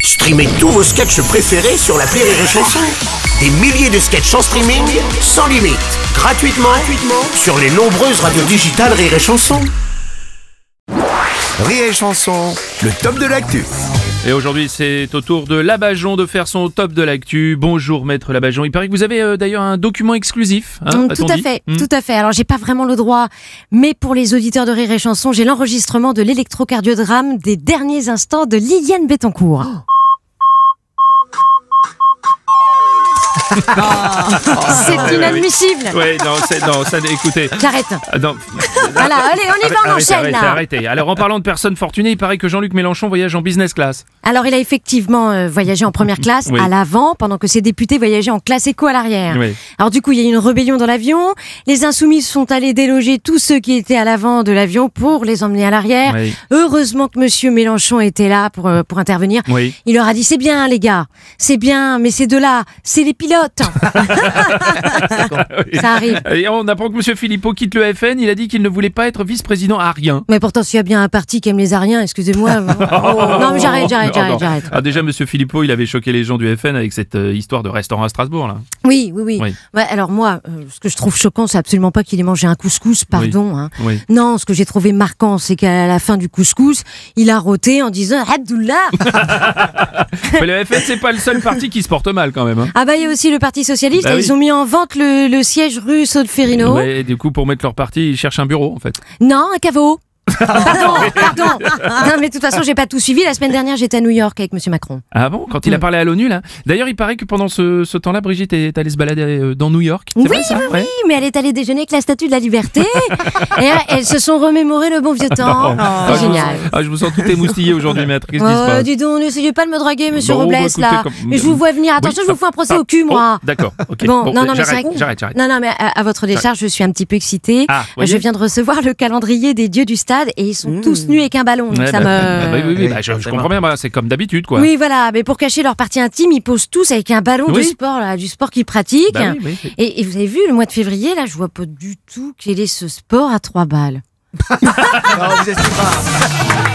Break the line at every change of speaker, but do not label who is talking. Streamez tous vos sketchs préférés sur la Rire et Chanson. Des milliers de sketchs en streaming, sans limite, gratuitement, gratuitement sur les nombreuses radios digitales Rire et Chanson.
Rire et Chanson, le top de l'actu.
Et aujourd'hui, c'est au tour de Labajon de faire son top de l'actu. Bonjour, maître Labajon. Il paraît que vous avez euh, d'ailleurs un document exclusif. hein,
Mm, tout
a-t-on
à
dit
fait,
Mm.
tout à fait. Alors j'ai pas vraiment le droit, mais pour les auditeurs de Rire et Chanson, j'ai l'enregistrement de l'électrocardiogramme des derniers instants de Liliane Bettencourt.
Oh. Ah,
C'est inadmissible.
Ouais, non, c'est- non, ça, écoutez.
J'arrête.
ah, bah, non. Ah,
Voilà, allez, on y va, on
Arrêtez,
enchaîne.
arrêtez,
là.
arrêtez. Alors, en parlant de personnes fortunées, il paraît que Jean-Luc Mélenchon voyage en business class.
Alors il a effectivement euh, voyagé en première classe
Oui.
à l'avant, pendant que ses députés voyageaient en classe éco à l'arrière.
Oui.
Alors du coup, il y a eu une rébellion dans l'avion. Les insoumis sont allés déloger tous ceux qui étaient à l'avant de l'avion pour les emmener à l'arrière.
Oui.
Heureusement que Monsieur Mélenchon était là pour, euh, pour intervenir.
Oui.
Il leur a dit c'est bien les gars, c'est bien, mais ces deux-là, c'est les pilotes. Ça arrive.
Et on apprend que Monsieur Philippot quitte le FN. Il a dit qu'il ne voulait pas être vice-président à rien.
Mais pourtant, s'il y a bien un parti qui aime les Ariens, excusez-moi. non, mais j'arrête, Eh, j'arrête,
Non, non.
j'arrête, j'arrête.
Ah, déjà, Monsieur Philippot, il avait choqué les gens du FN avec cette euh, histoire de restaurant à Strasbourg, là.
Oui, oui, oui.
Oui.
Ouais, alors moi, euh, ce que je trouve choquant, c'est absolument pas qu'il ait mangé un couscous, pardon. hein.
Oui.
Non, ce que j'ai trouvé marquant, c'est qu'à la fin du couscous, il a roté en disant Abdullah.
Mais le FN, c'est pas le seul parti qui se porte mal, quand même. hein.
ah bah il y a aussi le Parti socialiste.
Bah
et
oui.
Ils ont mis en vente le, le siège rue Solferino.
Ouais, et du coup, pour mettre leur parti, ils cherchent un bureau, en fait.
Non, un caveau.
Ah
pardon, pardon. Non, mais de toute façon, j'ai pas tout suivi. La semaine dernière, j'étais à New York avec Monsieur Macron.
Ah bon Quand
Mm.
il a parlé à l'ONU, là D'ailleurs, il paraît que pendant ce, ce temps-là, Brigitte est allée se balader euh, dans New York. C'est
Oui,
vrai, ça Ouais.
Oui, mais elle est allée déjeuner avec la Statue de la Liberté. et euh, elles se sont remémorées le bon vieux temps.
Ah,
C'est
je vous-
génial.
Ah, je vous sens tout émoustillé aujourd'hui, maître. Qu'est-ce qui se
Oh,
passe
dis donc, n'essayez pas de me draguer, monsieur
Bon, bah,
Robles,
écoutez,
là.
comme-
Mais je vous vois venir. Attention,
Oui,
je vous fais un procès au cul,
Oh,
moi.
D'accord, ok.
Bon, non, non, mais c'est
j'arrête,
vrai que-
j'arrête, j'arrête.
Non, non, mais à, à votre décharge, je suis un petit peu excitée.
Ah, vous
je
voyez
viens de recevoir le calendrier des dieux du stade et ils sont tous nus avec un ballon. donc
Ouais,
ça
bah, bah,
me...
oui, oui, oui, bah, je, je comprends bien, bah, c'est comme d'habitude, quoi.
Oui, voilà, mais pour cacher leur partie intime, ils posent tous avec un ballon
Oui.
du sport, là, du sport qu'ils pratiquent.
Bah oui, oui, oui.
Et, et vous avez vu, le mois de février, là, je vois pas du tout quel est ce sport à trois balles.
Non, vous êtes pas.